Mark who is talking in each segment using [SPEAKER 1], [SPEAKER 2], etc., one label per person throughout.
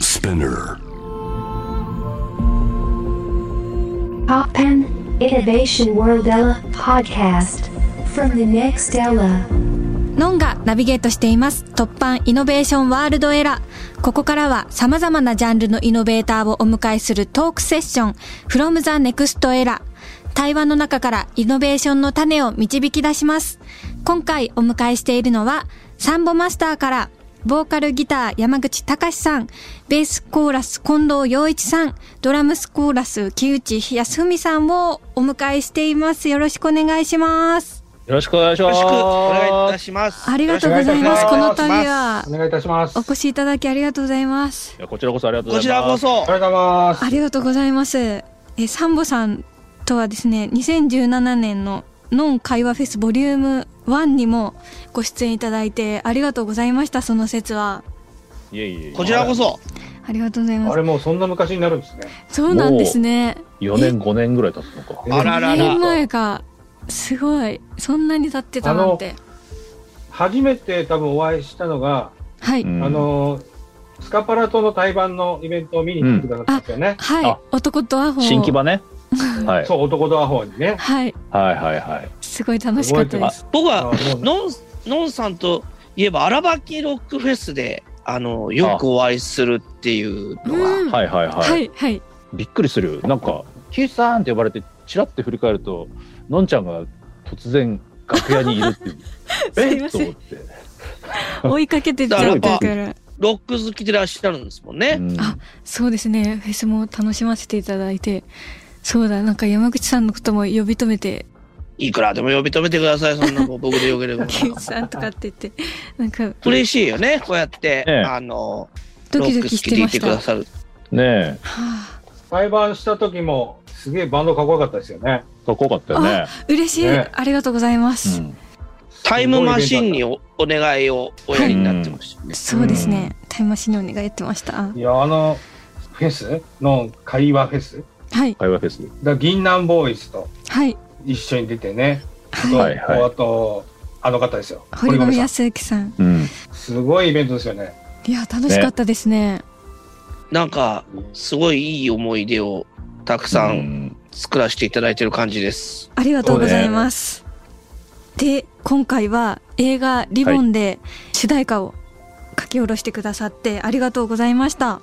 [SPEAKER 1] Spinner.
[SPEAKER 2] Poppen Innovation World Ella podcast from the next Ella.
[SPEAKER 3] ノンがナビゲートしています。突版イノベーションワールドエラー。ここからは様々なジャンルのイノベーターをお迎えするトークセッション from the next era。対話の中からイノベーションの種を導き出します。今回お迎えしているのはサンボマスターからボーカルギター山口隆さん、ベースコーラス近藤洋一さん、ドラムスコーラス木内康文さんをお迎えしています。よろしくお願いします。
[SPEAKER 4] よろしくお願いしま
[SPEAKER 5] よ
[SPEAKER 4] す。
[SPEAKER 5] ろしくお願いいたします。
[SPEAKER 3] ありがとうございます。
[SPEAKER 5] よろしく
[SPEAKER 3] こ
[SPEAKER 5] お願
[SPEAKER 3] の
[SPEAKER 5] いし
[SPEAKER 3] 度は
[SPEAKER 6] お。願いいたします。
[SPEAKER 3] お越しいただきありがとうございます。
[SPEAKER 4] いやこちらこそありがとうご
[SPEAKER 5] こち
[SPEAKER 4] ざい
[SPEAKER 5] ら
[SPEAKER 4] ま
[SPEAKER 5] こ
[SPEAKER 4] す。
[SPEAKER 5] そ
[SPEAKER 6] お、はようございます。
[SPEAKER 3] ありがとうございます。え、サンボさんとはですね、2017年のノン会話フェスボリューム1にもご出演いただいてありがとうございました、その説は。
[SPEAKER 4] いえいえいえ
[SPEAKER 5] こちらこ。そ、
[SPEAKER 3] ありがとうございま
[SPEAKER 6] あれもうそんな昔になるんですね。
[SPEAKER 3] す。そうなんですね。
[SPEAKER 4] 4年、5年ぐらい経つのか。
[SPEAKER 6] え
[SPEAKER 5] あらら
[SPEAKER 3] 何年
[SPEAKER 5] ら、
[SPEAKER 3] 前か。すごい。そんなに経ってたなんて。
[SPEAKER 6] 初めて多分お会いしたのが、
[SPEAKER 3] はい。
[SPEAKER 4] うん
[SPEAKER 6] あ、のスカパラとの対バンのイベントを見に来てくださったんですよね。
[SPEAKER 3] はい
[SPEAKER 4] あ。
[SPEAKER 3] 男とアホを。
[SPEAKER 4] 新木場 ね。はい。
[SPEAKER 6] そう男とアホにね。
[SPEAKER 3] はい。
[SPEAKER 4] はいはいはい。
[SPEAKER 3] すごい楽しかったです。
[SPEAKER 5] 僕
[SPEAKER 6] あも
[SPEAKER 5] は
[SPEAKER 6] う
[SPEAKER 5] ノンノンさんといえばアラバキロックフェスであのよくお会いするっていうのが、
[SPEAKER 3] うん。は
[SPEAKER 4] はいはいはい。
[SPEAKER 3] い、はい。
[SPEAKER 4] びっくりするよ。なんか、キイさんって呼ばれて、チラッて振り返ると、のんちゃんが突然楽屋にいるって いう。
[SPEAKER 3] すい
[SPEAKER 4] え
[SPEAKER 3] ま
[SPEAKER 4] っと
[SPEAKER 3] せん
[SPEAKER 4] 思って。
[SPEAKER 3] 追いかけてっちゃったから。
[SPEAKER 5] ロック好きでいらっしゃるんですもん
[SPEAKER 4] う
[SPEAKER 5] ね。
[SPEAKER 4] ん
[SPEAKER 3] あそうですねフェスも楽しませていただいてそうだなんか山口さんのことも呼び止め て
[SPEAKER 5] いくらでも呼び止めてください、そんなもん僕でよ ければ。
[SPEAKER 3] 木内さんとかって言ってなんか
[SPEAKER 5] 嬉しいよね、こうやって、
[SPEAKER 4] ええ
[SPEAKER 5] あの
[SPEAKER 3] ドキド
[SPEAKER 5] ロック
[SPEAKER 3] キ
[SPEAKER 5] 好
[SPEAKER 3] し
[SPEAKER 5] き
[SPEAKER 3] て
[SPEAKER 5] で
[SPEAKER 3] ま
[SPEAKER 5] い
[SPEAKER 3] してた
[SPEAKER 5] くださる。
[SPEAKER 4] ねえ、
[SPEAKER 3] は
[SPEAKER 6] 対バンした時もすげえバンドかっこよかったですよね。
[SPEAKER 4] かっこよかったよね。
[SPEAKER 3] あ嬉しい、
[SPEAKER 6] ね
[SPEAKER 3] ありがとうございます、
[SPEAKER 4] うん
[SPEAKER 5] タイムマシンにおお願いをおやりになってましたね。
[SPEAKER 3] そうですね、タイムマシンにお願いやってました
[SPEAKER 6] いやあのフェスの会話フェス。
[SPEAKER 3] はい
[SPEAKER 4] 会話フェス。
[SPEAKER 6] だ銀南ボーイズと
[SPEAKER 3] はい
[SPEAKER 6] 一緒に出てね。あと、
[SPEAKER 4] はいはい
[SPEAKER 6] あとあの方ですよ。
[SPEAKER 3] 堀米
[SPEAKER 6] 堀米さん
[SPEAKER 3] 康之さん
[SPEAKER 4] うん。
[SPEAKER 6] すごいイベントですよね。
[SPEAKER 3] いや楽しかったですね
[SPEAKER 5] なんか、すごいいい思い出をたくさ
[SPEAKER 4] うんん
[SPEAKER 5] 作らせていただいてる感じです。
[SPEAKER 3] ありがとうございます、で今回は映画「リボン」で主題歌を書き下ろしてくださってありがとうございました、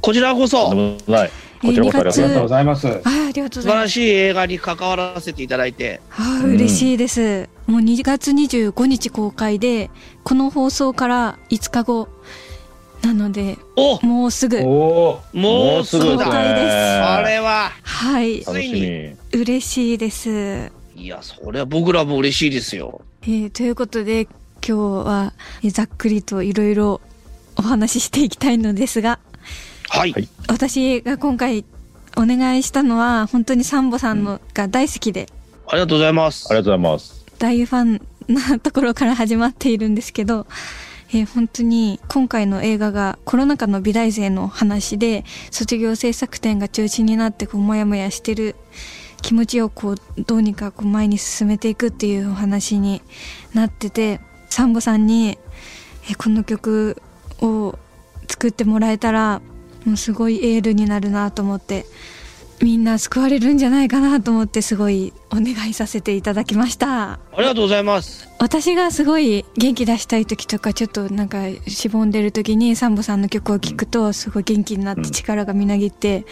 [SPEAKER 5] こちらこと
[SPEAKER 4] ん
[SPEAKER 5] そ、
[SPEAKER 4] でもない。
[SPEAKER 3] え
[SPEAKER 4] こちらこそありがとうございま
[SPEAKER 6] ありがとう
[SPEAKER 4] す。
[SPEAKER 6] ございます。
[SPEAKER 3] はいありがとう
[SPEAKER 5] 素
[SPEAKER 3] ございま
[SPEAKER 5] 晴ら
[SPEAKER 3] す
[SPEAKER 5] しい映画に関わらせていただいて、
[SPEAKER 3] ああ
[SPEAKER 4] うん
[SPEAKER 3] 嬉しいです、もう2月25日公開でこの放送から5日後なので
[SPEAKER 5] お
[SPEAKER 3] もうすぐ
[SPEAKER 6] おお。
[SPEAKER 5] もうすぐ
[SPEAKER 3] もうすぐ
[SPEAKER 5] だ。
[SPEAKER 3] だ
[SPEAKER 5] あれは、
[SPEAKER 3] はい
[SPEAKER 4] 楽し
[SPEAKER 5] つい
[SPEAKER 4] み。
[SPEAKER 3] 嬉しいです、え
[SPEAKER 5] いや、それは僕らも嬉しいですよ。
[SPEAKER 3] ーということで今日はえーざっくりといろいろお話ししていきたいのですが
[SPEAKER 5] はい。
[SPEAKER 4] はい
[SPEAKER 3] 私が今回お願いしたのは本当にサンボさんのが大好きで
[SPEAKER 5] ありがとうございます。
[SPEAKER 4] ありがとうございます。
[SPEAKER 3] 大ファンなところから始まっているんですけど、えー本当に今回の映画がコロナ禍の美大生の話で卒業制作展が中止になってこうモヤモヤしてる気持ちをこうどうにかこう前に進めていくっていうお話になっててサンボさんに、えーこの曲を作ってもらえたらもうすごいエールになるなと思ってみんな救われるんじゃないかなと思ってすごいお願いさせていただきました。
[SPEAKER 5] ありがとうございます。
[SPEAKER 3] 私がすごい元気出したい時とかちょっとなんかしぼんでる時にサンボさんの曲を聴くとすごい元気になっ
[SPEAKER 4] う
[SPEAKER 3] て
[SPEAKER 4] ん
[SPEAKER 3] 力がみなぎって、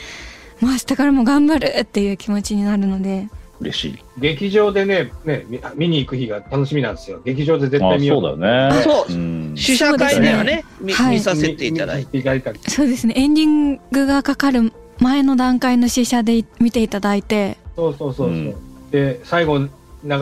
[SPEAKER 3] もう明日からも頑張るっていう気持ちになるので
[SPEAKER 4] 嬉しい。
[SPEAKER 6] 劇場でねねみ見に行く日が楽しみなんですよ。劇場で絶
[SPEAKER 4] あ
[SPEAKER 6] 対見よ。
[SPEAKER 4] そううだよね。
[SPEAKER 5] そう
[SPEAKER 4] うん
[SPEAKER 5] 試写会ではね、見
[SPEAKER 3] はい
[SPEAKER 5] 見させていただいて。
[SPEAKER 6] て。見させていただいたり
[SPEAKER 3] そうですねエンディングがかかる前の段階の試写で見ていただいて
[SPEAKER 6] そうそうそうそう。
[SPEAKER 4] うん
[SPEAKER 6] で最後流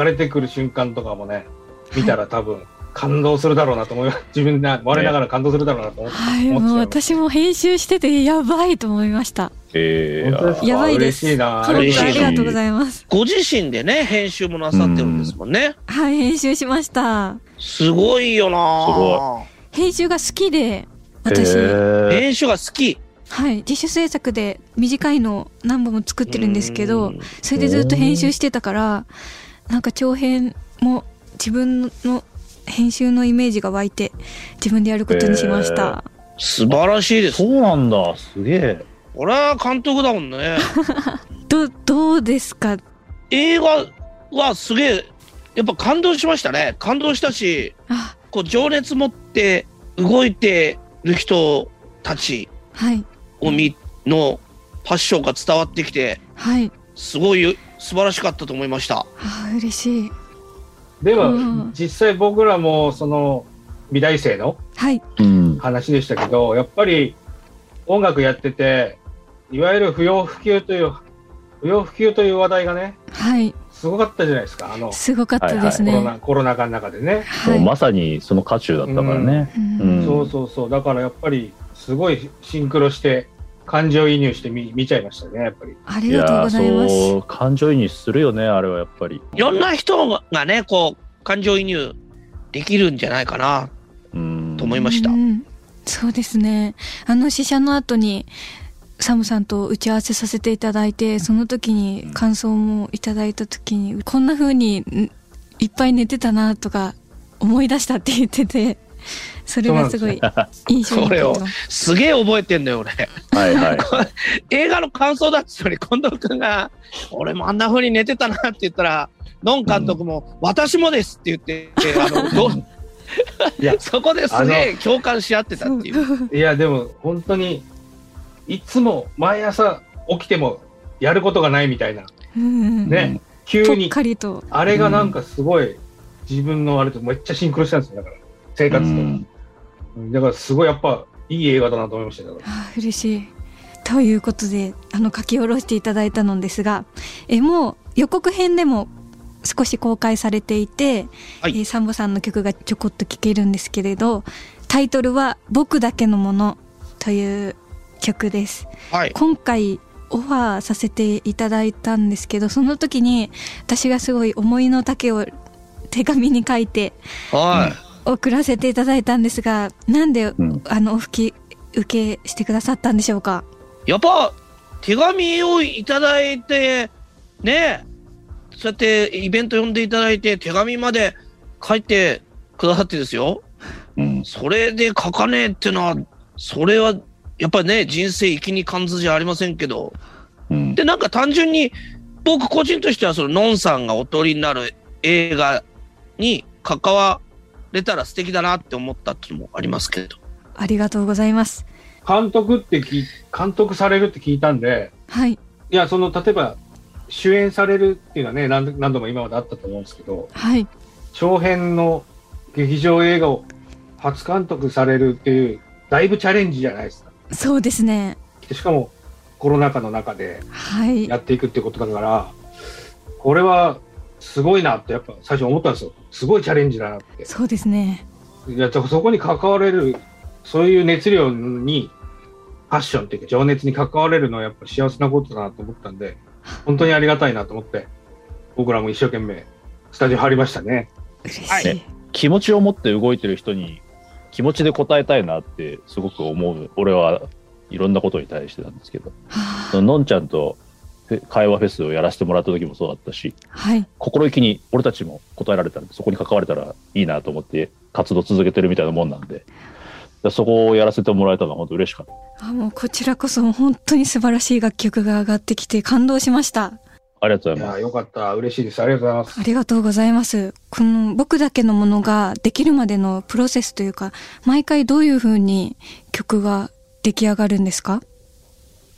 [SPEAKER 6] れてくる瞬間とかもね見たら多分感動するだろうなと思います。 自分で我ながら感動するだろうなと思って。
[SPEAKER 3] はい
[SPEAKER 6] 思っちゃいま
[SPEAKER 3] も
[SPEAKER 6] す
[SPEAKER 3] う私も編集しててやばいと思いました
[SPEAKER 4] えー
[SPEAKER 6] 本当ですか
[SPEAKER 3] やばいです
[SPEAKER 6] 嬉しいな。
[SPEAKER 3] 本当に
[SPEAKER 5] 嬉しい
[SPEAKER 3] あ
[SPEAKER 5] な
[SPEAKER 3] りがとうございます
[SPEAKER 5] ご自身でね、編集もなさってるんですもんね。
[SPEAKER 3] はい編集しました
[SPEAKER 5] すごいよな
[SPEAKER 3] 編集が好きで私、
[SPEAKER 4] え
[SPEAKER 5] ぁ
[SPEAKER 4] ー
[SPEAKER 5] 編集が好き。
[SPEAKER 3] はい、自主制作で短いのを何本も作ってるんですけ
[SPEAKER 5] う
[SPEAKER 3] ど
[SPEAKER 5] ん
[SPEAKER 3] それでずっと編集してたからなんか長編も自分の編集のイメージが湧いて自分でやることにしました、
[SPEAKER 5] 素晴らしいです。
[SPEAKER 4] そうなんだすげえ
[SPEAKER 5] 俺は監督だもんね。
[SPEAKER 3] どどうですか
[SPEAKER 5] 映画はすげえ、やっぱ感動しましたね。感動したし、
[SPEAKER 3] あ
[SPEAKER 5] こう情熱持って動いてる人たち
[SPEAKER 3] はい
[SPEAKER 5] を見のパッションが伝わってきて、
[SPEAKER 3] はい
[SPEAKER 5] すごいよ素晴らしかったと思いました。
[SPEAKER 3] あ嬉しい
[SPEAKER 6] では、
[SPEAKER 3] うん
[SPEAKER 6] 実際僕らもその美大生の
[SPEAKER 3] はい
[SPEAKER 4] うん
[SPEAKER 6] 話でしたけどやっぱり音楽やってていわゆる不要不急という不要不急という話題がね
[SPEAKER 3] はい
[SPEAKER 6] すごかったじゃないですかあの
[SPEAKER 3] すごかったです
[SPEAKER 6] コ
[SPEAKER 3] ね
[SPEAKER 6] ロナコロナ禍の中でね、
[SPEAKER 3] はい
[SPEAKER 4] もうまさにその渦中だったからね、
[SPEAKER 3] うん
[SPEAKER 4] うん
[SPEAKER 6] そうそうそうだからやっぱりすごいシンクロして感情移入して見見ちゃいましたねやっ ぱり
[SPEAKER 3] あり
[SPEAKER 4] い
[SPEAKER 3] がとう
[SPEAKER 4] や
[SPEAKER 3] ございま
[SPEAKER 4] ーそ
[SPEAKER 3] す
[SPEAKER 4] う感情移入するよねあれはやっぱり
[SPEAKER 5] いろんな人がね、こう、感情移入できるんじゃないかな
[SPEAKER 4] うん
[SPEAKER 5] と思いました
[SPEAKER 3] う。んそうですねあの試写の後にサムさんと打ち合わせさせていただいてその時に感想もいただいた時にこんな風にんいっぱい寝てたなとか思い出したって言っててそれがすごい印象に残ってます
[SPEAKER 5] それをすげえ覚えてんのよ、俺。
[SPEAKER 4] はいはい
[SPEAKER 5] 映画の感想だっつったのに近藤君が「俺もあんな風に寝てたな」って言ったらノン監督も「私もです」って言って、あ のどう
[SPEAKER 6] いや
[SPEAKER 5] そこですげえ共感し合ってたっていう
[SPEAKER 6] いやでも本当にいつも毎朝起きてもやることがないみたいな
[SPEAKER 3] うん
[SPEAKER 6] ね、
[SPEAKER 3] ぽ
[SPEAKER 6] 急
[SPEAKER 3] っ
[SPEAKER 6] に
[SPEAKER 3] かりと
[SPEAKER 6] あれがなんかすごい自分のあれとめっちゃシンクロしたんですよだから生活と、
[SPEAKER 4] うん
[SPEAKER 6] うんだからすごいやっぱいい映画だなと思いましたよだか
[SPEAKER 3] あー嬉しい。ということであの書き下ろしていただいたのですがえもう予告編でも少し公開されていて、
[SPEAKER 5] はい
[SPEAKER 3] えーサンボさんの曲がちょこっと聴けるんですけれどタイトルは「僕だけのもの」という曲です。
[SPEAKER 5] はい
[SPEAKER 3] 今回オファーさせていただいたんですけどその時に私がすごい思いの丈を手紙に書いて
[SPEAKER 5] は
[SPEAKER 3] 送らせていただいたんですがなんで、
[SPEAKER 4] ん
[SPEAKER 3] あのお吹き受けしてくださったんでしょうか
[SPEAKER 5] いやっぱ手紙をいただいてねそうやってイベント呼んでいただいて手紙まで書いてくださってですよ
[SPEAKER 4] うん
[SPEAKER 5] それで書かねえってのはそれはやっぱね人生生きに感じじゃありませんけど
[SPEAKER 4] うん
[SPEAKER 5] でなんか単純に僕個人としてはそののんさんがおとりになる映画に関われたら素敵だなって思ったっていうのもありますけど
[SPEAKER 3] ありがとうございます
[SPEAKER 6] ら監督ってき監督されるって聞いたんで
[SPEAKER 3] はい
[SPEAKER 6] いやその例えば主演されるっていうのはね何度何度も今まであったと思うんですけど
[SPEAKER 3] はい
[SPEAKER 6] 長編の劇場映画を初監督されるっていうだいぶチャレンジじゃないですか
[SPEAKER 3] そうですね
[SPEAKER 6] でしかもコロナ禍の中で
[SPEAKER 3] はい
[SPEAKER 6] やっていくってことだからこれはすごいなってやっぱ最初思ったんですよすごいチャレンジだなって
[SPEAKER 3] そうですね
[SPEAKER 6] いやそそこに関われるそういう熱量にパッションっていうか情熱に関われるのはやっぱ幸せなことだなと思ったんで本当にありがたいなと思って僕らも一生懸命スタジオ入りましたね
[SPEAKER 3] 嬉しい、
[SPEAKER 5] はい
[SPEAKER 4] 気持ちを持って動いてる人に気持ちで応えたいなってすごく思う俺はいろんなことに対してなんですけど
[SPEAKER 3] は
[SPEAKER 4] そののんちゃんとフェ会話フェスをやらせてもらった時もそうだったし
[SPEAKER 3] あはい
[SPEAKER 4] 心意気に俺たちも応えられたらそこに関われたらいいなと思って活動続けてるみたいなもんなんでだからそこをやらせてもらえたのは本当嬉しかった
[SPEAKER 3] あもうこちらこそ本当に素晴らしい楽曲が上がってきて感動しました
[SPEAKER 4] ありがとう
[SPEAKER 6] い
[SPEAKER 4] ございま
[SPEAKER 6] や
[SPEAKER 4] す
[SPEAKER 6] よかった嬉しいですありがとうございます
[SPEAKER 3] ありがとうございます。この僕だけのものができるまでのプロセスというか、毎回どういう風に曲が出来上がるんですか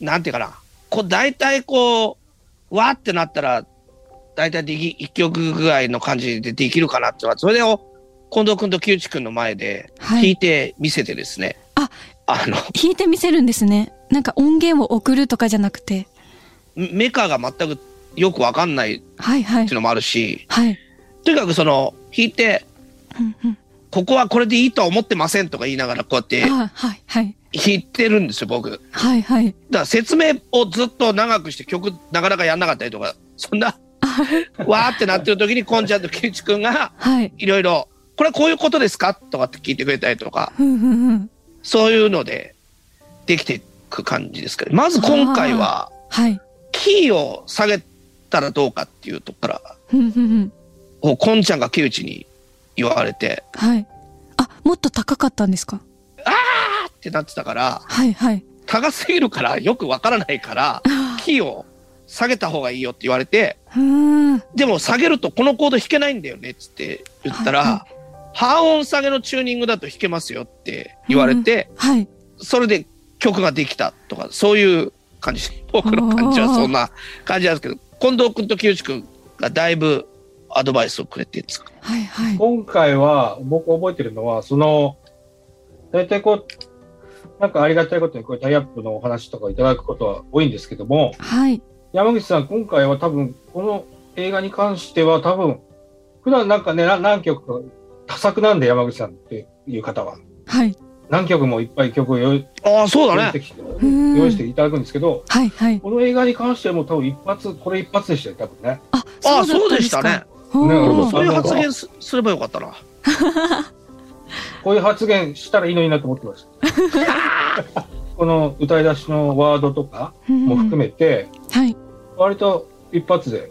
[SPEAKER 5] なんていうかなこう大体こうわーってなったら大体でき1曲ぐらいの感じでできるかなってのはそれを近藤君と木内君の前で
[SPEAKER 3] は
[SPEAKER 5] 弾
[SPEAKER 3] い
[SPEAKER 5] い。て見せてですね、
[SPEAKER 3] あ
[SPEAKER 5] あの
[SPEAKER 3] 弾いてみせるんですね。なんか音源を送るとかじゃなくて。
[SPEAKER 5] メーカーが全くよくわかんないって
[SPEAKER 3] はいはい
[SPEAKER 5] いう。のもあるし
[SPEAKER 3] はい。
[SPEAKER 5] とにかくその弾いて
[SPEAKER 3] うんうん
[SPEAKER 5] ここはこれでいいとは思ってませんとか言いながらこうやって
[SPEAKER 3] あはいはい。
[SPEAKER 5] 弾いてるんですよ僕だか
[SPEAKER 3] はいはい。
[SPEAKER 5] ら説明をずっと長くして曲なかなかやんなかったりとかそんなわーってなってる時にこんちゃんと木内くんが
[SPEAKER 3] はい。
[SPEAKER 5] いろいろ「これこういうことですか?」とかって聞いてくれたりとか
[SPEAKER 3] うんうんうん。
[SPEAKER 5] そういうのでできていく感じですけどまず今回は
[SPEAKER 3] はい。
[SPEAKER 5] キーを下げたらどうかっていうとこから
[SPEAKER 3] うんうんうん。
[SPEAKER 5] こうこんちゃんが木内に言われて
[SPEAKER 3] はい。あ、もっと高かったんですか
[SPEAKER 5] 「あー!」っってなってたから、
[SPEAKER 3] はいはい。
[SPEAKER 5] 高すぎるからよくわからないから、キーを下げた方がいいよって言われて、
[SPEAKER 3] うーん。
[SPEAKER 5] でも下げるとこのコード弾けないんだよねっつって言ったら、
[SPEAKER 3] はいは
[SPEAKER 5] 半音下げのチューニングだと弾けますよって言われて、
[SPEAKER 3] はい。
[SPEAKER 5] それで曲ができたとか、そういう感じ。 僕の感じはそんな感じなんですけど、近藤君と木内君がだいぶアドバイスをくれてつ
[SPEAKER 3] はいはい。
[SPEAKER 6] 今回は、僕覚えてるのは、その、大体こう、なんかありがたいことに、こういうタイアップのお話とかいただくことは多いんですけども、
[SPEAKER 3] はい。
[SPEAKER 6] 山口さん、今回は多分、この映画に関しては多分、普段なんかね、な何曲か、多作なんで山口さんっていう方は、
[SPEAKER 3] はい。
[SPEAKER 6] 何曲もいっぱい曲を用意
[SPEAKER 5] ああ、そう
[SPEAKER 6] 用意
[SPEAKER 5] だ
[SPEAKER 6] して
[SPEAKER 5] ね。
[SPEAKER 6] きて
[SPEAKER 3] ん
[SPEAKER 6] 用意していただくんですけど、
[SPEAKER 3] はいはい。
[SPEAKER 6] この映画に関してはもう多分一発、これ一発でしたよ、多分ね。
[SPEAKER 3] あ、
[SPEAKER 5] ああ、
[SPEAKER 3] だ
[SPEAKER 5] そう
[SPEAKER 3] ったん
[SPEAKER 5] でした
[SPEAKER 3] か
[SPEAKER 5] ね。。
[SPEAKER 3] おー
[SPEAKER 6] ね俺も
[SPEAKER 5] そういう発
[SPEAKER 6] そう
[SPEAKER 5] 言すすればよかったな。
[SPEAKER 6] こういう発言したらいいのになと思って ました。この歌い出しのワードとかも含めて、
[SPEAKER 3] はい。
[SPEAKER 6] 割と一発で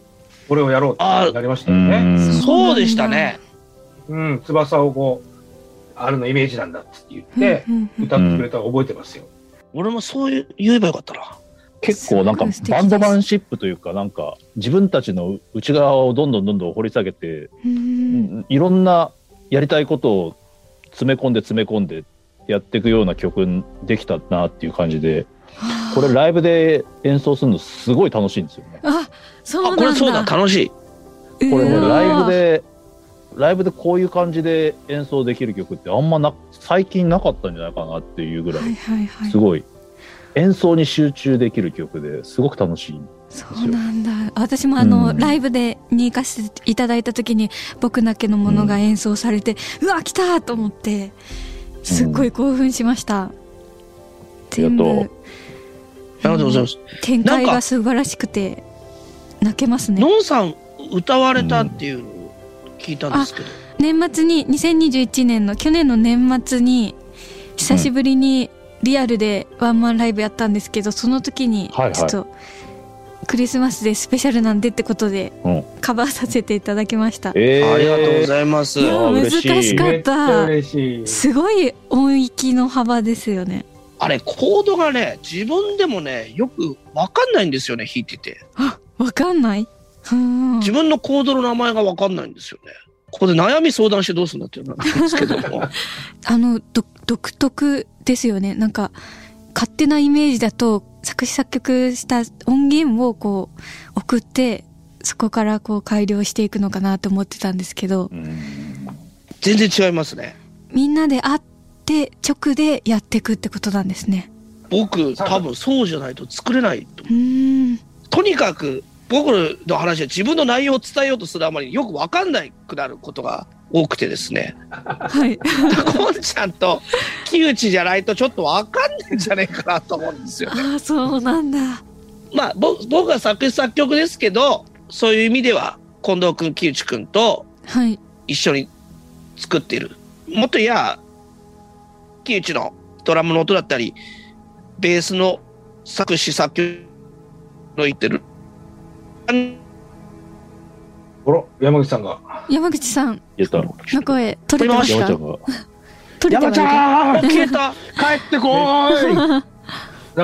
[SPEAKER 6] これをやろうってなりました
[SPEAKER 4] う
[SPEAKER 6] よね。
[SPEAKER 4] ん。
[SPEAKER 5] そうでしたね。
[SPEAKER 6] うん、翼をこう、あるのイメージなんだって言って、
[SPEAKER 3] うんうんうん
[SPEAKER 6] 歌ってくれたの覚えてますよ。
[SPEAKER 5] 俺もそういう言えばよかったな。
[SPEAKER 4] 結構なんか
[SPEAKER 3] すごい素敵です
[SPEAKER 4] バンドマンシップというかなんか自分たちの内側をどんどんどんどん掘り下げて、
[SPEAKER 3] うーん
[SPEAKER 4] いろんなやりたいことを詰め込んで詰め込んでやっていくような曲にできたなっていう感じでこれライブで演奏するのすごい楽しいんですよね。
[SPEAKER 3] あ、そうな
[SPEAKER 5] あ、
[SPEAKER 3] んだ。
[SPEAKER 5] これそうだ、楽しい。
[SPEAKER 4] これね
[SPEAKER 3] うわー
[SPEAKER 4] ライブ。でライブでこういう感じで演奏できる曲ってあんまな最近なかったんじゃないかなっていうぐら
[SPEAKER 3] はい
[SPEAKER 4] い
[SPEAKER 3] はいはい。
[SPEAKER 4] すごい演奏に集中できる曲ですごく楽しい。
[SPEAKER 3] そうなんだ私もあの、
[SPEAKER 4] うん
[SPEAKER 3] ライブでに行かせていただいた時に「僕だけのもの」が演奏されて、うわ来たと思ってすっごい興奮しました、全部
[SPEAKER 4] ありがと
[SPEAKER 5] ありがとうございます。
[SPEAKER 3] 展開
[SPEAKER 5] なん
[SPEAKER 3] が
[SPEAKER 5] か
[SPEAKER 3] 素晴らしくて泣けますね
[SPEAKER 5] のんさん歌われたっていうのを聞いたんですけど、
[SPEAKER 3] 年末に2021年の去年の年末に久しぶりにリアルでワンマンライブやったんですけど、その時に
[SPEAKER 4] はいはい
[SPEAKER 3] ちょっとクリスマスでスペシャルなんでってことで
[SPEAKER 4] うん
[SPEAKER 3] カバーさせていただきました、
[SPEAKER 4] えー
[SPEAKER 5] ありがとうございます。
[SPEAKER 3] いや
[SPEAKER 4] あー嬉しい
[SPEAKER 3] 難しか
[SPEAKER 6] め
[SPEAKER 3] っ
[SPEAKER 6] っちゃ
[SPEAKER 3] た
[SPEAKER 6] 嬉しい。
[SPEAKER 3] すごい音域の幅ですよね
[SPEAKER 5] あれコードがね自分でもねよくわかんないんですよね弾いてて
[SPEAKER 3] あわかんないうん
[SPEAKER 5] 自分のコードの名前がわかんないんですよね。ここで悩み相談してどうするんだっていうのなんですけど も
[SPEAKER 3] あのど独特ですよねなんか勝手なイメージだと作詞作曲した音源をこう送ってそこからこう改良していくのかなと思ってたんですけど
[SPEAKER 4] うん
[SPEAKER 5] 全然違いますね。
[SPEAKER 3] みんなで会って直でやっていくってことなんですね
[SPEAKER 5] 僕多分そうじゃないと作れないと
[SPEAKER 3] うーん
[SPEAKER 5] とにかく僕の話は自分の内容を伝えようとするあまりよくわかんないくなることが多くてです ね。
[SPEAKER 3] はい
[SPEAKER 5] こんちゃんと木内じゃないとちょっとわかんないんじゃないかなと思うんですよ。
[SPEAKER 3] ああそうなんだ
[SPEAKER 5] まあ、ぼ僕は作詞作曲ですけど、そういう意味では、近藤君、木内君と
[SPEAKER 3] はい
[SPEAKER 5] 一緒に作っている。もっと言や、木内のドラムの音だったり、ベースの作詞作曲の言ってる。あん
[SPEAKER 6] ほら、山口さんが。
[SPEAKER 3] 山口さん
[SPEAKER 4] 言った
[SPEAKER 3] の声取れてます
[SPEAKER 4] 山ち
[SPEAKER 3] か
[SPEAKER 4] ゃんが
[SPEAKER 3] 取れて
[SPEAKER 6] 山
[SPEAKER 3] ま
[SPEAKER 6] ち
[SPEAKER 3] すか
[SPEAKER 6] ゃん
[SPEAKER 5] 消えた
[SPEAKER 6] 帰ってこーいな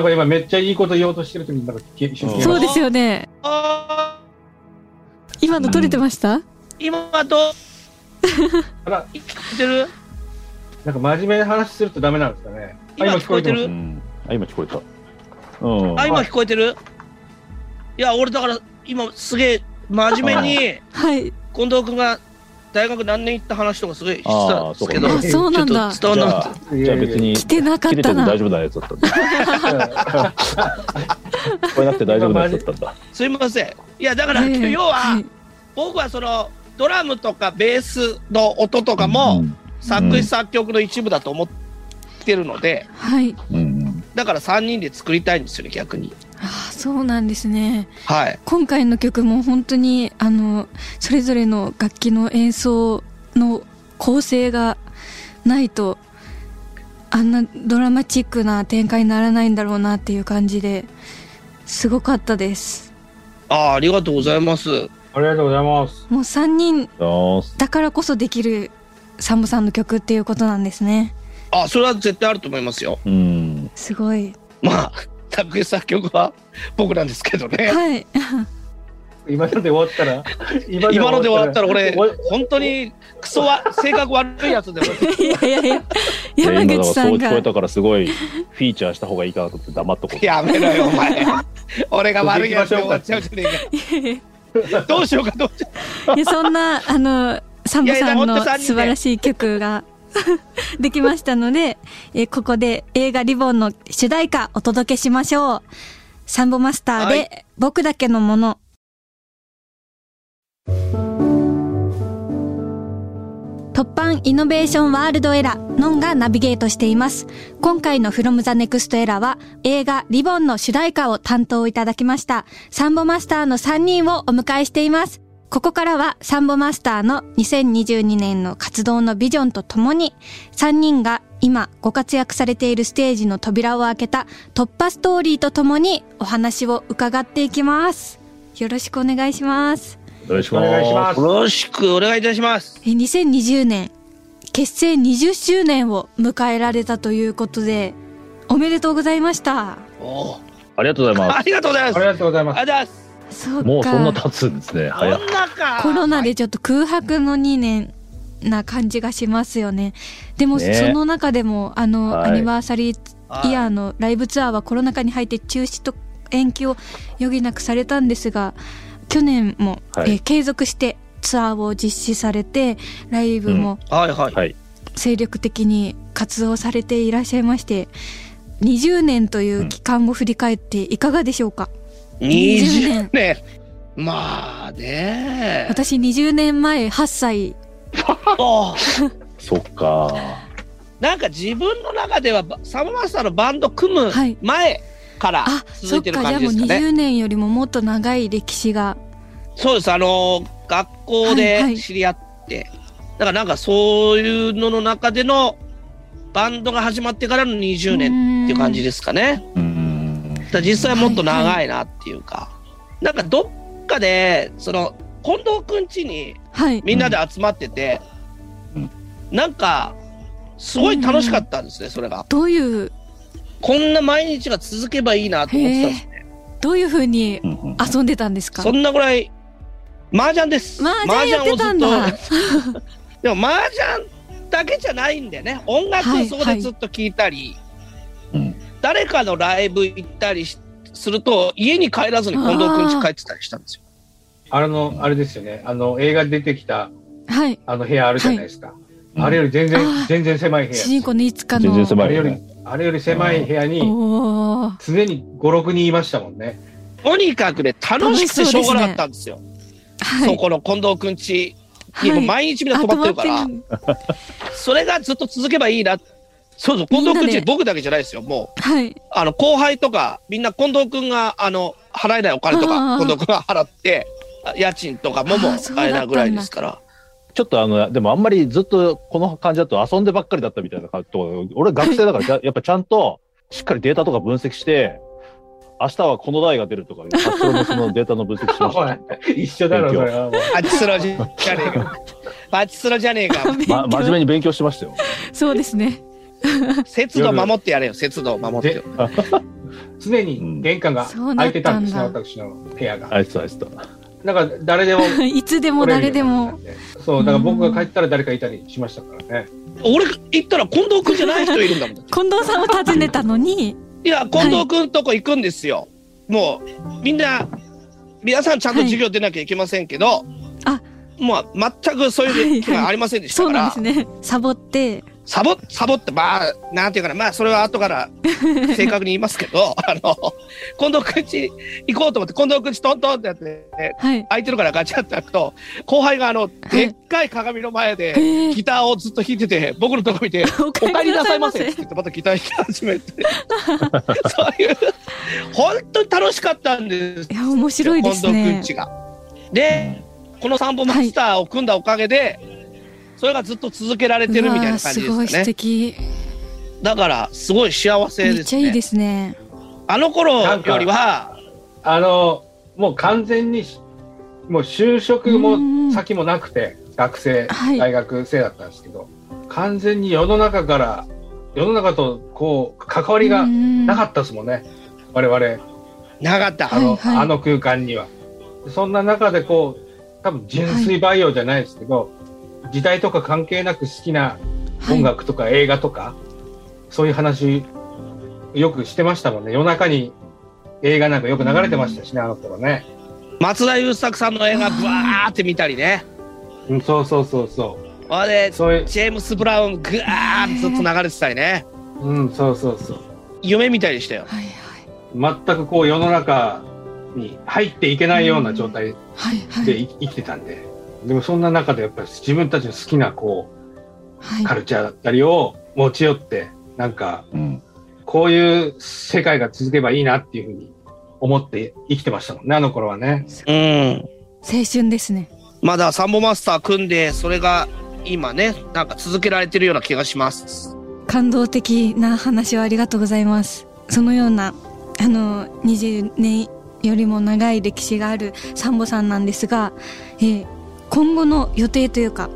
[SPEAKER 6] んか今めっちゃいいこと言おうとしてる時になんか一瞬消えました
[SPEAKER 3] そうですよね
[SPEAKER 5] あー
[SPEAKER 3] 今の取れてました、
[SPEAKER 5] 今どう
[SPEAKER 6] あら
[SPEAKER 5] 聞こえてる
[SPEAKER 6] なんか真面目な話するとダメなんですかね。あ
[SPEAKER 5] 今聞こえてる
[SPEAKER 4] うんあ今聞こえた。うん。
[SPEAKER 5] あ、今聞こえてるいや、俺だから今すげえ真面目に、
[SPEAKER 3] はい
[SPEAKER 5] 近藤君が大学何年行った話とかすごいしてたんですけど、
[SPEAKER 4] あ
[SPEAKER 5] ちょ
[SPEAKER 3] あ
[SPEAKER 5] っと
[SPEAKER 3] そうなんだ
[SPEAKER 5] 伝わんなかっ
[SPEAKER 6] い
[SPEAKER 4] じゃあ
[SPEAKER 6] やいやい
[SPEAKER 4] 別
[SPEAKER 6] や
[SPEAKER 4] に
[SPEAKER 3] 来てなかっ
[SPEAKER 4] 切れて
[SPEAKER 3] た
[SPEAKER 4] も
[SPEAKER 3] な
[SPEAKER 4] 大丈夫なやつだったんだ。聞こえなくて大丈夫なやつだったんだ。
[SPEAKER 5] た。すいません。いや、だから、
[SPEAKER 3] ええ
[SPEAKER 5] 要は、
[SPEAKER 3] はい
[SPEAKER 5] 僕はその、ドラムとかベースの音とかも、作詞作曲の一部だと思ってるので、
[SPEAKER 3] はい
[SPEAKER 4] うん。うん
[SPEAKER 5] だから3人で作りたいんですよね、逆に。
[SPEAKER 3] ああそうなんですね
[SPEAKER 5] はい。
[SPEAKER 3] 今回の曲も本当にあのそれぞれの楽器の演奏の構成がないとあんなドラマチックな展開にならないんだろうなっていう感じですごかったです
[SPEAKER 5] ああ、ありがとうございます。
[SPEAKER 6] ありがとうございます。
[SPEAKER 3] もう3人
[SPEAKER 4] あー
[SPEAKER 3] だからこそできるサンボさんの曲っていうことなんですね
[SPEAKER 5] あ、それは絶対あると思いますよ。
[SPEAKER 4] うん
[SPEAKER 3] すごい。
[SPEAKER 5] まあ、作詞作曲は僕なんですけどね。
[SPEAKER 3] はい。
[SPEAKER 6] 今ので終わったら、今
[SPEAKER 5] 今ので終わったら俺
[SPEAKER 6] 終わ、
[SPEAKER 5] 本当にクソは、性格悪いやつでも、
[SPEAKER 3] いやいやいや、
[SPEAKER 4] いや
[SPEAKER 3] 山
[SPEAKER 4] 今だ
[SPEAKER 3] 口
[SPEAKER 4] か
[SPEAKER 3] さ
[SPEAKER 4] らそうん聞こえ
[SPEAKER 3] が。
[SPEAKER 4] たからすごいフィーチャーした方がいいかなと思って黙っとこう
[SPEAKER 5] やめろよ、お前。俺が悪いやつで終わっちゃうじゃねえか。どうしようか、どうしよ
[SPEAKER 3] いやそんな、あの、サンボさん
[SPEAKER 5] いやいやほん
[SPEAKER 3] の
[SPEAKER 5] と三人で
[SPEAKER 3] 素晴らしい曲が できましたので、えーここで映画リボンの主題歌お届けしましょう。サンボマスター
[SPEAKER 5] は
[SPEAKER 3] で、僕だけのもの。突版イノベーションワールドエラノンがナビゲートしています。今回の From the Next Era は映画リボンの主題歌を担当いただきましたサンボマスターの3人をお迎えしています。ここからはサンボマスターの2022年の活動のビジョンとともに3人が今ご活躍されているステージの扉を開けた突破ストーリーとともにお話を伺っていきます。よろしくお願いします。
[SPEAKER 4] お願いし
[SPEAKER 6] お願いしま
[SPEAKER 4] ます
[SPEAKER 5] う。。よろしくお願いいたします。
[SPEAKER 3] え2020年結成20周年を迎えられたということでおめでとうございました
[SPEAKER 5] おう
[SPEAKER 4] ありがとうございま
[SPEAKER 5] あ
[SPEAKER 4] す
[SPEAKER 5] りがとうござい
[SPEAKER 6] あ
[SPEAKER 5] ます。あり
[SPEAKER 6] り
[SPEAKER 5] が
[SPEAKER 6] がとうございます。
[SPEAKER 5] とうございます。
[SPEAKER 3] そうか
[SPEAKER 4] もうそんな経つんですね早っ
[SPEAKER 5] こんなか。
[SPEAKER 3] コロナでちょっと空白の2年な感じがしますよねでも
[SPEAKER 4] ね
[SPEAKER 3] その中でもあの、
[SPEAKER 4] はい
[SPEAKER 3] アニバーサリー
[SPEAKER 5] はい
[SPEAKER 3] イヤーのライブツアーはコロナ禍に入って中止と延期を余儀なくされたんですが去年も、
[SPEAKER 4] はい
[SPEAKER 3] えー継続してツアーを実施されてライブも
[SPEAKER 5] はいはい。
[SPEAKER 4] はい
[SPEAKER 3] 精力的に活動されていらっしゃいまして20年という期間を振り返っていかがでしょうか、
[SPEAKER 5] 20年。まあね。
[SPEAKER 3] 私20年前8歳
[SPEAKER 5] おう
[SPEAKER 4] そっか
[SPEAKER 5] なんか自分の中ではばサムマスターのバンド組む
[SPEAKER 3] はい
[SPEAKER 5] 前から
[SPEAKER 3] あ
[SPEAKER 5] 続
[SPEAKER 3] そ
[SPEAKER 5] い
[SPEAKER 3] ってか
[SPEAKER 5] る
[SPEAKER 3] じゃ
[SPEAKER 5] 感
[SPEAKER 3] あ
[SPEAKER 5] じ
[SPEAKER 3] もう
[SPEAKER 5] ですかね。
[SPEAKER 3] 20年よりももっと長い歴史が
[SPEAKER 5] そうです。あのー学校
[SPEAKER 3] はいは
[SPEAKER 5] で
[SPEAKER 3] い
[SPEAKER 5] 知り合って、だからなんかそういうのの中でのバンドが始まってからの20年っていう感じですかね。
[SPEAKER 4] うん
[SPEAKER 5] だから実際もっと長いなっていうか、なんかどっかでその近藤くん家に
[SPEAKER 3] はい
[SPEAKER 5] みんなで集まってて、
[SPEAKER 4] うん
[SPEAKER 5] なんかすごい楽しかったんですね、それが。
[SPEAKER 3] どういう
[SPEAKER 5] こんな毎日が続けばいいなと思ってたんですね。
[SPEAKER 3] どういうふうに
[SPEAKER 4] うんうん
[SPEAKER 3] 遊んでたんですか
[SPEAKER 5] そんなぐらい、麻雀です。
[SPEAKER 3] 麻雀やってたん
[SPEAKER 5] 麻
[SPEAKER 3] だ
[SPEAKER 5] 雀を ずっとでも麻雀だけじゃないんでね、音楽
[SPEAKER 3] は
[SPEAKER 5] を
[SPEAKER 3] い
[SPEAKER 5] そこでずっと聞いたり、
[SPEAKER 4] うん
[SPEAKER 5] 誰かのライブ行ったりしすると、家に帰らずに近藤くん家帰ってたりしたんですよ。
[SPEAKER 6] あの、あれですよね。あの、映画に出てきた、
[SPEAKER 3] はい
[SPEAKER 6] あの部屋あるじゃないですか。
[SPEAKER 4] うん
[SPEAKER 6] あれより全然
[SPEAKER 3] あー、
[SPEAKER 6] 全然狭い部
[SPEAKER 3] 主
[SPEAKER 6] 屋。
[SPEAKER 3] 人公のいつかの
[SPEAKER 4] 全然狭
[SPEAKER 6] あ
[SPEAKER 4] い
[SPEAKER 6] れより、あれより狭い部屋に、
[SPEAKER 3] おー
[SPEAKER 6] 常に5、6人いましたもんね。
[SPEAKER 5] とにかくね、楽しくてしょうがなかったんですよ。そ
[SPEAKER 3] はい
[SPEAKER 5] この近藤くん家
[SPEAKER 3] は
[SPEAKER 5] にも
[SPEAKER 3] い
[SPEAKER 5] 毎日みんな泊まってるから、
[SPEAKER 3] あ泊まって
[SPEAKER 5] それがずっと続けばいいな。そうそう、近藤く
[SPEAKER 3] みん
[SPEAKER 5] ん
[SPEAKER 3] な
[SPEAKER 5] 家
[SPEAKER 3] で
[SPEAKER 5] 僕だけじゃないですよ、もう。
[SPEAKER 3] るはい
[SPEAKER 5] あの後輩とかみんな近藤君があの払えないお金と
[SPEAKER 3] あ
[SPEAKER 5] か
[SPEAKER 3] あ
[SPEAKER 5] 近藤君が払ってあ家賃とかもも
[SPEAKER 3] ああそうだ
[SPEAKER 5] あ
[SPEAKER 3] ったん
[SPEAKER 5] れ
[SPEAKER 3] だ
[SPEAKER 5] なぐらいですから
[SPEAKER 4] ちょっとあのでもあんまりずっとこの感じだと遊んでばっかりだったみたいな感じと俺学生だからじゃやっぱちゃんとしっかりデータとか分析して明日はこの台が出るとか発想のそのデータの分析し まし
[SPEAKER 6] お
[SPEAKER 4] た
[SPEAKER 6] い 一緒だろ、それはもう。
[SPEAKER 5] パチスロじゃねえ かパチスロじゃねえか
[SPEAKER 3] 勉強
[SPEAKER 4] ま、真面目に勉強しましたよ。
[SPEAKER 3] そうですね
[SPEAKER 5] 節度守ってやれよ節度守ってよ
[SPEAKER 6] 常に玄関が開いてたんですね、
[SPEAKER 3] そうなったん
[SPEAKER 6] 私の部屋が。
[SPEAKER 4] あいつあいつだ。
[SPEAKER 6] なんか誰 でも
[SPEAKER 3] いつでも誰でも。
[SPEAKER 6] そう、だから僕が帰ったら誰かいたりしましたからね。
[SPEAKER 5] 俺行ったら近藤君じゃない人いるんだもん
[SPEAKER 3] 近藤さんを訪ねたのに
[SPEAKER 5] いや近藤君とこ行くんですよ、もうみんな皆さんちゃんと授業出なきゃいけませんけど、
[SPEAKER 3] あ
[SPEAKER 5] もう全くそういう気はありませんでした
[SPEAKER 3] そ
[SPEAKER 5] か
[SPEAKER 3] う
[SPEAKER 5] ら、
[SPEAKER 3] なんですねサボって
[SPEAKER 5] サボ、サボって、まあ、なんていうかな、まあ、それは後から正確に言いますけど、 あの、近藤くんち行こうと思って、近藤くんちトントンってやって、
[SPEAKER 3] はい
[SPEAKER 5] 空いてるからガチャって開くと、後輩があの、でっかい鏡の前
[SPEAKER 3] え
[SPEAKER 5] で、
[SPEAKER 3] ー
[SPEAKER 5] ギターをずっと弾いてて、僕のとこ見て、
[SPEAKER 3] お
[SPEAKER 5] お帰りなさいませって
[SPEAKER 3] 帰
[SPEAKER 5] 言って、またギター弾き始め て。そういう、本当に楽しかったんです
[SPEAKER 3] いや面白いです
[SPEAKER 5] 近藤く
[SPEAKER 3] ね
[SPEAKER 5] んちが。で、この散歩マスターを組んだおかげで、それがずっと続けられてるみたいな感じで
[SPEAKER 3] うわーすご
[SPEAKER 5] すか
[SPEAKER 3] い素
[SPEAKER 5] ね。
[SPEAKER 3] 敵
[SPEAKER 5] だから、すごい幸せ
[SPEAKER 3] め
[SPEAKER 5] で
[SPEAKER 3] っち
[SPEAKER 5] す
[SPEAKER 3] ゃいい
[SPEAKER 5] ね
[SPEAKER 3] で。すね
[SPEAKER 5] あの頃よりは、
[SPEAKER 6] あの、もう完全に、もう就職も先もなくて、学生、
[SPEAKER 3] はい
[SPEAKER 6] 大学生だったんですけど、完全に世の中から世の中とこう関わりがなかったですもんね、我々
[SPEAKER 5] なかった
[SPEAKER 6] あ。
[SPEAKER 3] は
[SPEAKER 6] の,、
[SPEAKER 3] いはい
[SPEAKER 6] あの空間には。そんな中でこう多分純粋培養じゃないですけど、時代とか関係なく好きな音
[SPEAKER 3] はい、
[SPEAKER 6] 楽とか映画とか、そういう話よくしてましたもんね夜中に映画なんかよく流れてましたしね、あの頃ね、
[SPEAKER 5] 松田優作さんの映画、ぶわーって見たりね。
[SPEAKER 6] うん、そうそうそうそ
[SPEAKER 5] あれ
[SPEAKER 6] う、そういう
[SPEAKER 5] ジェームス・ブラウン、ぐわーっとずっと流れてたりね。
[SPEAKER 6] うんそうそうそう
[SPEAKER 5] 夢みたいでしたよ。
[SPEAKER 3] はい
[SPEAKER 6] 全くこう世の中に入っていけないような状態
[SPEAKER 3] はいはいは
[SPEAKER 6] で
[SPEAKER 3] い
[SPEAKER 6] い生きてたんで、でもそんな中でやっぱり自分たちの好きなこうカ
[SPEAKER 3] はい
[SPEAKER 6] ルチャーだったりを持ち寄ってなんか
[SPEAKER 4] うん。
[SPEAKER 6] こういう世界が続けばいいなっていうふうに思って生きてましたもんねあの頃はね。
[SPEAKER 5] うん。
[SPEAKER 3] 青春ですね
[SPEAKER 5] まだサンボマスター組んで、それが今ね、なんか続けられてるような気がします。
[SPEAKER 3] 感動的な話をありがとうございますそのようなあの20年よりも長い歴史があるサンボさんなんですが、えー今後の予定というか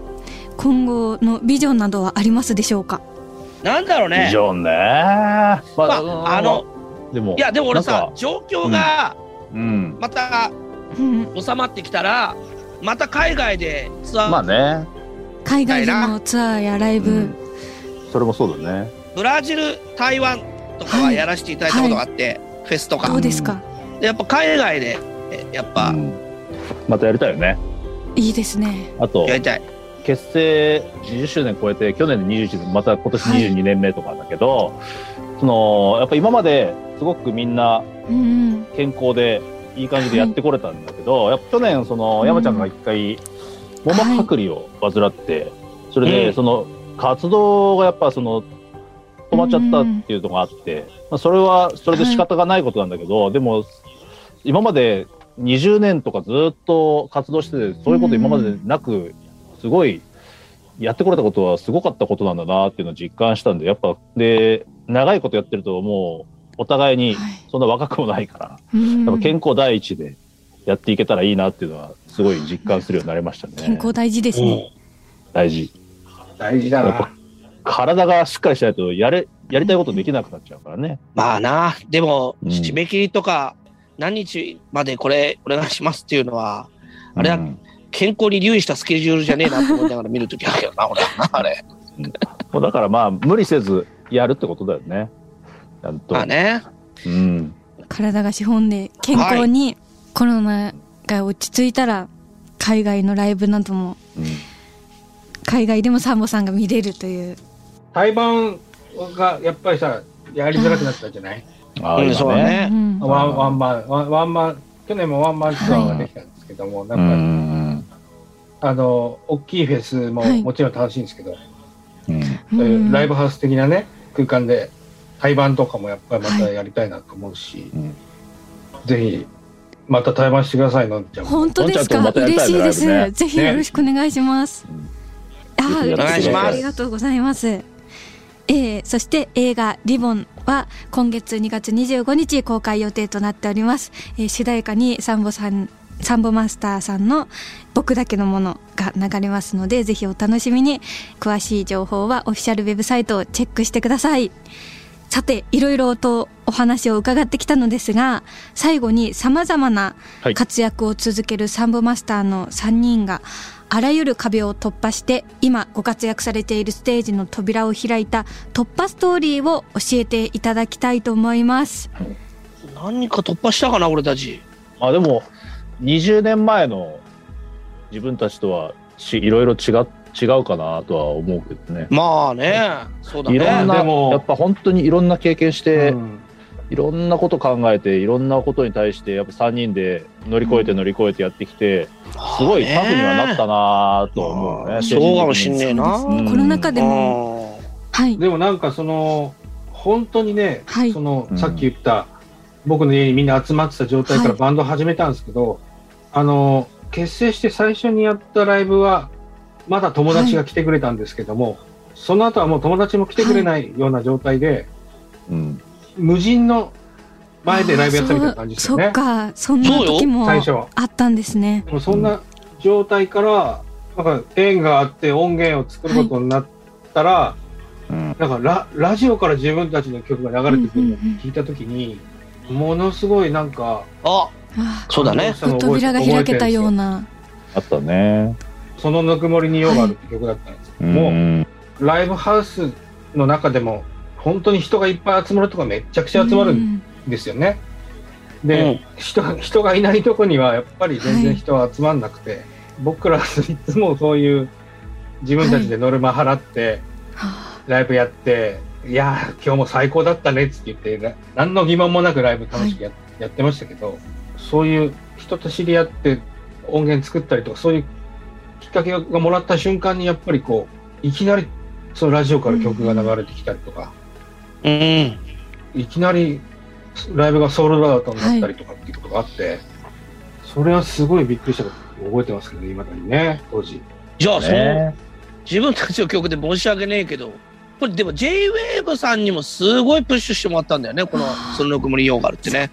[SPEAKER 3] 今後のビジョンなどはありますでしょうか
[SPEAKER 5] なんだろう
[SPEAKER 4] 以
[SPEAKER 5] ね。
[SPEAKER 4] 上ね。ま
[SPEAKER 5] まあ、あの、、
[SPEAKER 4] でも、
[SPEAKER 5] いや、でも俺さ
[SPEAKER 4] なん、か
[SPEAKER 5] 状況が
[SPEAKER 4] うん。
[SPEAKER 5] また
[SPEAKER 3] うん
[SPEAKER 5] 収まってきたら、また海外でツアー、
[SPEAKER 4] まあね。
[SPEAKER 3] 海外でのツアーやライブ、
[SPEAKER 4] うんそれもそうだね。
[SPEAKER 5] ブラジル、台湾とかはやらせていただいたことがあって、フェスと
[SPEAKER 3] ど
[SPEAKER 5] か
[SPEAKER 3] う。ですか、
[SPEAKER 5] でやっぱ海外で、えやっ
[SPEAKER 4] う
[SPEAKER 5] ぱ
[SPEAKER 4] んまたやりたいよね。
[SPEAKER 3] いいですね
[SPEAKER 4] あと
[SPEAKER 5] や、りたい。
[SPEAKER 4] 結成20周年超えて去年で21年また今年22年目とかだけど、そのやっぱ今まですごくみんな
[SPEAKER 3] うんうん
[SPEAKER 4] 健康でいい感じでやってこれたんだけど、やっぱ去年その
[SPEAKER 3] うん
[SPEAKER 4] 山ちゃんが一回網膜剥離を患って、それ
[SPEAKER 5] う
[SPEAKER 4] で
[SPEAKER 5] ん
[SPEAKER 4] その活動がやっぱその止まっちゃったっていうのがあって、まあ、それはそれで仕方がないことなんだけど、でも今まで20年とかずっと活動しててそういうこと今までなくすごいやってこれたことはすごかったことなんだなっていうのを実感したんでやっぱで長いことやってるともうお互いに
[SPEAKER 3] はい
[SPEAKER 4] そんな若くもないから、
[SPEAKER 3] うん
[SPEAKER 4] やっぱ健康第一でやっていけたらいいなっていうのはすごい実感するようになりましたね。
[SPEAKER 3] 健康大事ですね
[SPEAKER 4] 大事。
[SPEAKER 6] 大事だ
[SPEAKER 4] やっぱ
[SPEAKER 6] な。
[SPEAKER 4] 体がしっかりしないとやれやりたいことできなくなっちゃうからね。
[SPEAKER 5] まあな、でも、
[SPEAKER 4] うん
[SPEAKER 5] 締め切りとか、何日までこれお願いしますっていうのは、あれだ
[SPEAKER 4] うん
[SPEAKER 5] 健康に留意したスケジュールじゃねえなと思いながら見るときあるけどな、俺はな、あれ。
[SPEAKER 4] もうだからまあ無理せずやるってことだよね。ちゃんと。
[SPEAKER 5] まあね。
[SPEAKER 4] うん。
[SPEAKER 3] 体が資本で健康に、コロナが落ち着いたら海外のライブなども
[SPEAKER 4] うん
[SPEAKER 3] 海外でもサンボさんが見れるという
[SPEAKER 6] 対バンがやっぱりさやりづらくなったじゃない
[SPEAKER 4] あ
[SPEAKER 5] う
[SPEAKER 4] あ、
[SPEAKER 5] ん
[SPEAKER 4] 今
[SPEAKER 5] そうだね
[SPEAKER 3] う。ん
[SPEAKER 6] ワンワンマンワンワンマン去年もワンマンツアーができたんですけども、な
[SPEAKER 4] うん
[SPEAKER 6] か、
[SPEAKER 4] ん。
[SPEAKER 6] あの大きいフェスも
[SPEAKER 3] はい
[SPEAKER 6] もちろん楽しいんですけど、
[SPEAKER 4] うん
[SPEAKER 6] そういう
[SPEAKER 3] うん
[SPEAKER 6] ライブハウス的なね空間で対バンとかもやっぱりまたやりたいなと思うし、
[SPEAKER 4] うん
[SPEAKER 6] ぜひまた対バンしてくださいのんちゃんも
[SPEAKER 3] 本当ですか
[SPEAKER 4] もんちゃんとまたやり
[SPEAKER 3] 嬉
[SPEAKER 4] たい
[SPEAKER 3] しいです、
[SPEAKER 4] ねライブね
[SPEAKER 3] ぜひよろしくお願いします、
[SPEAKER 4] うん
[SPEAKER 3] あー
[SPEAKER 4] ぜひよろ
[SPEAKER 5] しくお願いします
[SPEAKER 3] 嬉ありがとうございますえー、そして映画「リボン」は今月2月25日公開予定となっております、えー主題歌にサンボさんサンボマスターさんの「僕だけのもの」が流れますのでぜひお楽しみに詳しい情報はオフィシャルウェブサイトをチェックしてくださいさていろいろとお話を伺ってきたのですが最後にさまざまな
[SPEAKER 4] はい
[SPEAKER 3] 活躍を続けるサンボマスターの3人があらゆる壁を突破して今ご活躍されているステージの扉を開いた突破ストーリーを教えていただきたいと思います。
[SPEAKER 5] 何か突破したかな、俺たち。
[SPEAKER 4] あでも20年前の自分たちとはちいろいろ違違うかなとは思うけどね。
[SPEAKER 5] まあね、そうだ
[SPEAKER 4] いろん
[SPEAKER 5] ね。
[SPEAKER 4] な
[SPEAKER 6] でも
[SPEAKER 4] やっぱ本当にいろんな経験して、
[SPEAKER 6] うん
[SPEAKER 4] いろんなこと考えていろんなことに対してやっぱ3人で乗り越えて乗り越えてやってきて、すごいタフにはなったなとは思う
[SPEAKER 5] ま
[SPEAKER 4] ね。
[SPEAKER 5] あそうかもしんねえな
[SPEAKER 3] そうですね
[SPEAKER 4] うん
[SPEAKER 3] コロナ禍でも、
[SPEAKER 5] も。
[SPEAKER 3] はい、
[SPEAKER 6] でもなんかその本当にね、
[SPEAKER 3] はい
[SPEAKER 6] その
[SPEAKER 4] うん
[SPEAKER 6] さっき言った、僕の家にみんな集まってた状態か
[SPEAKER 3] は
[SPEAKER 6] ら
[SPEAKER 3] い
[SPEAKER 6] バンド始めたんですけど、あの結成して最初にやったライブはまだ友達が来てくれたんですけども、その後はもう友達も来てくれないような状態で、
[SPEAKER 4] うん
[SPEAKER 6] 無人の前でライブやったみたいな感じです
[SPEAKER 3] そ
[SPEAKER 6] よね
[SPEAKER 3] う。か、そんな
[SPEAKER 5] そうよ
[SPEAKER 3] 時も
[SPEAKER 6] 最初は。
[SPEAKER 3] あったんですね。
[SPEAKER 6] でもそんな状態から、なんか縁があって音源を作ることになったら、
[SPEAKER 5] うん
[SPEAKER 6] なんかララジオから自分たちの曲が流れてくるのを聞いたときに、ものすごいなんか、
[SPEAKER 5] あ
[SPEAKER 3] あ
[SPEAKER 5] そうだね
[SPEAKER 6] そ
[SPEAKER 3] あ
[SPEAKER 6] の
[SPEAKER 3] 扉が開けたよう
[SPEAKER 6] な。
[SPEAKER 3] な
[SPEAKER 4] あったね。
[SPEAKER 6] そのぬくもりに用があるって曲だったんですよ、もう
[SPEAKER 4] も
[SPEAKER 6] ライブハウスの中でも、本当に人がいっぱい集まるとかめっちゃくちゃ集まる
[SPEAKER 3] うんん
[SPEAKER 6] ですよね。で、人が人がいないとこにはやっぱり全然人は集まんなくて、僕らはいつもそういう自分たちでノルマ払って
[SPEAKER 3] は
[SPEAKER 6] ライブやって、い、やー今日も最高だったねっつって言ってな何の疑問もなくライブ楽しくや,、やってましたけどそういう人と知り合って音源作ったりとかそういうきっかけがもらった瞬間にやっぱりこういきなりそのラジオから曲が流れてきたりとか、
[SPEAKER 5] うん
[SPEAKER 6] いきなりライブがソールドアウトになったりとかっていうことがあって、それはすごいびっくりしたこと覚えてますけどいまだにね当時
[SPEAKER 5] じゃあ
[SPEAKER 4] う
[SPEAKER 5] その
[SPEAKER 4] ね。
[SPEAKER 5] 自分たちの曲で申し訳ねえけどこれでも JWAVE さんにもすごいプッシュしてもらったんだよねこの「そのぬくもりようがある」ってね。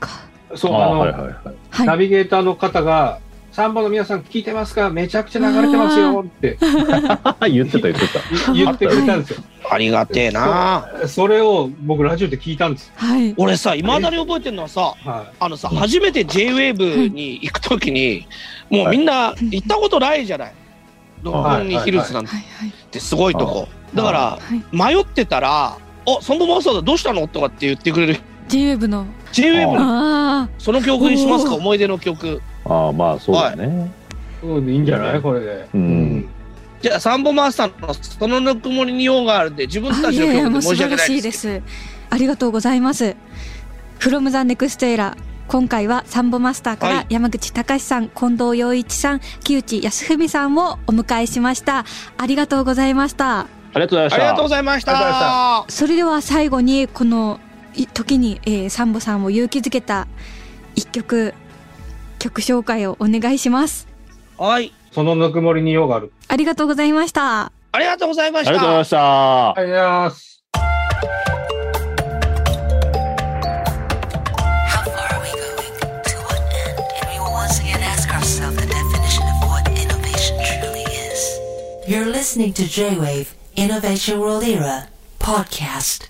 [SPEAKER 6] そう
[SPEAKER 4] あ
[SPEAKER 6] あ
[SPEAKER 4] あ
[SPEAKER 6] の、
[SPEAKER 4] はいはいはい。
[SPEAKER 3] はい
[SPEAKER 6] ナビゲーターの方が「サンボの皆さん聞いてますかめちゃくちゃ流れてますよ」って
[SPEAKER 4] あ言ってた言ってた。
[SPEAKER 6] い言ってくれたん ですよ、
[SPEAKER 5] ありがてえな
[SPEAKER 6] それを僕ラジオで聞いたんですよ、
[SPEAKER 3] はい
[SPEAKER 5] 俺さいまだに覚えてるのはさ
[SPEAKER 6] は
[SPEAKER 5] あのさ初めて JWAVE に行く時にもうみんな行ったことないじゃない六本木ヒルズなん
[SPEAKER 3] はいはい
[SPEAKER 5] てすごいとこだから
[SPEAKER 3] はい
[SPEAKER 5] 迷ってたら「あソンボマスターだどうしたの?」とかって言ってくれる
[SPEAKER 3] JWAVE の
[SPEAKER 5] JWAVE の
[SPEAKER 3] あ
[SPEAKER 5] その曲にしますか
[SPEAKER 3] おー
[SPEAKER 5] 思い出の曲
[SPEAKER 4] ああまあそうだね。
[SPEAKER 6] い、うん、いいんじゃないこれで、
[SPEAKER 4] うん
[SPEAKER 5] じゃあサンボマスターの「そのぬくもりに用がある」で自分
[SPEAKER 3] あ
[SPEAKER 5] た
[SPEAKER 3] い
[SPEAKER 5] ちの
[SPEAKER 3] やいや
[SPEAKER 5] 曲
[SPEAKER 3] も
[SPEAKER 5] で
[SPEAKER 3] う素
[SPEAKER 5] 申し
[SPEAKER 3] 晴
[SPEAKER 5] 訳
[SPEAKER 3] ら
[SPEAKER 5] ない
[SPEAKER 3] しい
[SPEAKER 5] です
[SPEAKER 3] ですありがとうございます「from the next era」今回はサンボマスターか
[SPEAKER 5] は
[SPEAKER 3] ら
[SPEAKER 5] い
[SPEAKER 3] 山口隆さん、近藤洋一さん木内康文さんをお迎えしましたありがとうございました
[SPEAKER 4] ありがとうございまし
[SPEAKER 5] あ
[SPEAKER 4] た。
[SPEAKER 5] りがとうございまし
[SPEAKER 6] ありがとうござい
[SPEAKER 5] た。
[SPEAKER 3] それでは最後にこのい時に、えー、サンボさんを勇気づけた一曲曲紹介をお願いします
[SPEAKER 5] はい、
[SPEAKER 6] そのぬくもりに用がある
[SPEAKER 3] ありがとうございました
[SPEAKER 5] ありがとうございまし
[SPEAKER 4] ありがとうございました。
[SPEAKER 5] た。
[SPEAKER 6] ありがとうございます
[SPEAKER 1] You're listening to J-Wave Innovation World Era podcast.